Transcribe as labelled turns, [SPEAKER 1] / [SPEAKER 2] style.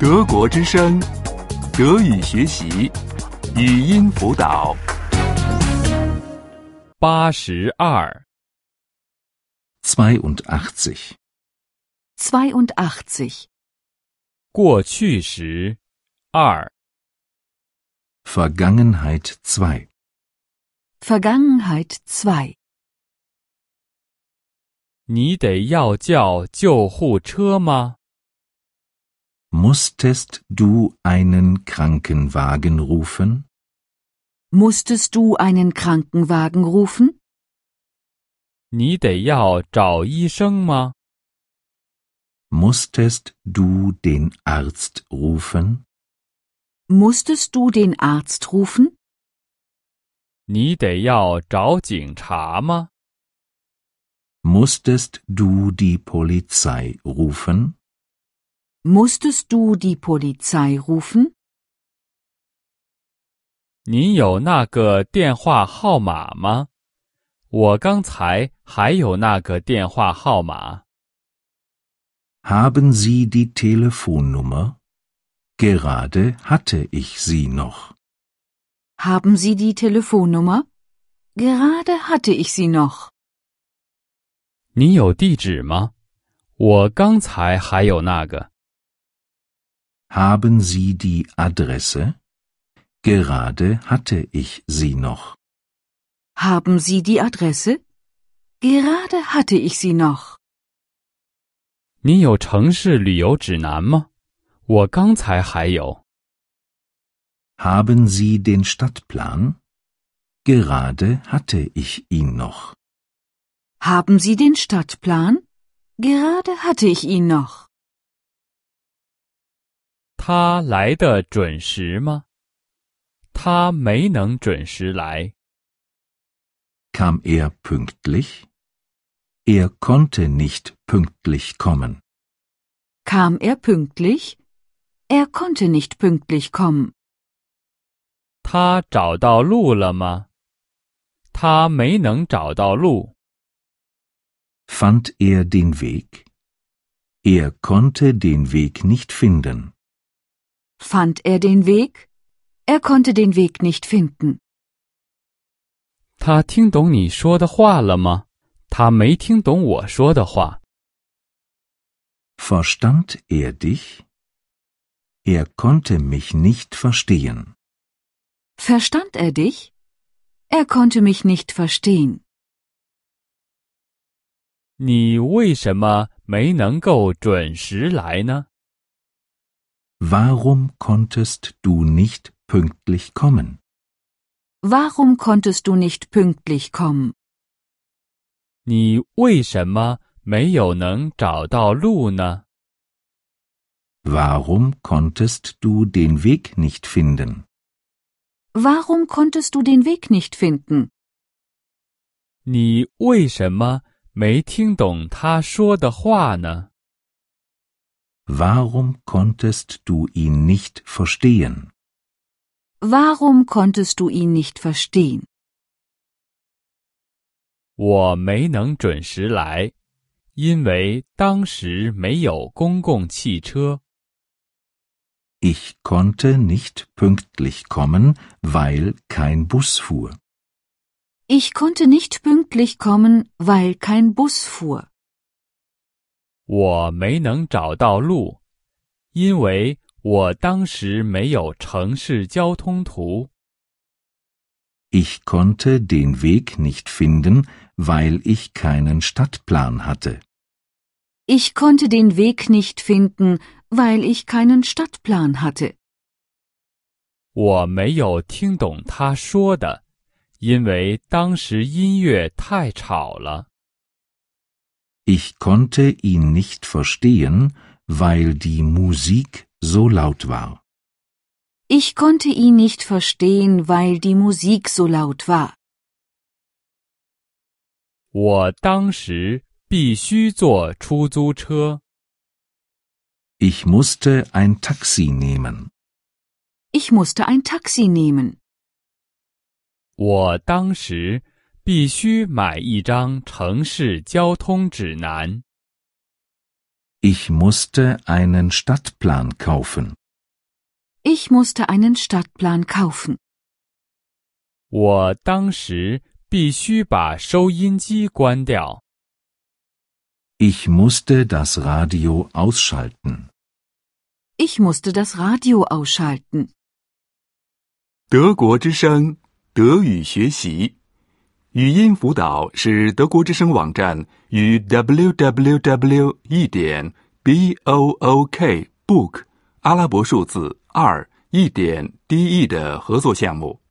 [SPEAKER 1] 德国之声，德语学习，语音辅导。
[SPEAKER 2] 八十二，
[SPEAKER 3] 82.
[SPEAKER 4] 82.
[SPEAKER 2] 过去时二，
[SPEAKER 3] Vergangenheit 2.
[SPEAKER 4] Vergangenheit 2.
[SPEAKER 2] 你得要叫救护车吗？
[SPEAKER 3] Musstest du einen Krankenwagen rufen?
[SPEAKER 4] Musstest du einen Krankenwagen rufen?
[SPEAKER 2] 你得要找医生吗？
[SPEAKER 3] Musstest du den Arzt rufen?
[SPEAKER 4] Musstest du den Arzt rufen?
[SPEAKER 2] 你得要找警察吗？
[SPEAKER 3] Musstest du die Polizei rufen?
[SPEAKER 4] Musstest du die Polizei rufen?
[SPEAKER 2] 您有那个电话号码吗？我刚才还有那个电话号码。
[SPEAKER 3] Haben Sie die Telefonnummer? Gerade hatte ich sie noch.
[SPEAKER 4] Haben Sie die Telefonnummer? Gerade hatte ich sie noch.
[SPEAKER 2] 你有地址吗？我刚才还有那个。
[SPEAKER 3] Haben Sie die Adresse? Gerade hatte ich sie noch.
[SPEAKER 4] Haben Sie die Adresse? Gerade hatte ich sie noch.
[SPEAKER 2] 你有城市旅游指南吗？我刚才还有。
[SPEAKER 3] Haben Sie den Stadtplan? Gerade hatte ich ihn noch.
[SPEAKER 4] Haben Sie den Stadtplan? Gerade hatte ich ihn noch.
[SPEAKER 2] 他来的准时吗？他没能准时来。
[SPEAKER 3] Kam er pünktlich? Er konnte nicht pünktlich kommen.
[SPEAKER 4] Kam er pünktlich? Er konnte nicht pünktlich kommen.
[SPEAKER 2] 他找到路了吗？他没能找到路。
[SPEAKER 3] Fand er den Weg? Er konnte den Weg nicht finden.
[SPEAKER 4] Fand er den Weg? Er konnte den Weg nicht finden.
[SPEAKER 2] 他听懂你说的话了吗？他没听懂我说的话。
[SPEAKER 3] Verstand er dich? Er konnte mich nicht verstehen.
[SPEAKER 4] Verstand er dich? Er konnte mich nicht verstehen.
[SPEAKER 2] 你为什么没能够准时来呢？
[SPEAKER 3] Warum konntest du nicht pünktlich kommen?
[SPEAKER 4] Warum konntest du nicht pünktlich kommen?
[SPEAKER 2] 你为什么没有能找到路呢？
[SPEAKER 3] Warum konntest du den Weg nicht finden?
[SPEAKER 4] Warum konntest du den Weg nicht finden?
[SPEAKER 2] 你为什么没听懂他说的话呢？
[SPEAKER 3] Warum konntest du ihn nicht verstehen?
[SPEAKER 4] Warum konntest du ihn nicht verstehen?
[SPEAKER 2] 我没能准时来，因为当时没有公共汽车。
[SPEAKER 3] Ich konnte nicht pünktlich kommen, weil kein Bus fuhr.
[SPEAKER 4] Ich konnte nicht pünktlich kommen, weil kein Bus fuhr.
[SPEAKER 2] 我没能找到路，因为我当时没有城市交通图。
[SPEAKER 3] Ich konnte den Weg nicht finden, weil ich keinen Stadtplan hatte.
[SPEAKER 4] Ich konnte den Weg nicht finden, weil ich keinen Stadtplan hatte.
[SPEAKER 2] 我没有听懂他说的，因为当时音乐太吵了。
[SPEAKER 3] Ich konnte ihn nicht verstehen, weil die Musik so laut war.
[SPEAKER 4] Ich konnte ihn nicht verstehen, weil die Musik so laut war.
[SPEAKER 2] 我当时必须坐出租车，
[SPEAKER 3] Ich musste ein Taxi nehmen.
[SPEAKER 4] Ich musste ein Taxi nehmen.
[SPEAKER 2] 我当时必须买一张城市交通指南。
[SPEAKER 3] Ich musste einen Stadtplan kaufen.
[SPEAKER 4] Ich musste einen Stadtplan kaufen.
[SPEAKER 2] 我当时必须把收音机关掉。
[SPEAKER 3] Ich musste das Radio ausschalten.
[SPEAKER 4] Ich musste das Radio ausschalten.
[SPEAKER 1] 德国之声德语学习语音辅导是德国之声网站与 www. 一点 b o o k book 阿拉伯数字二一点 d e 的合作项目。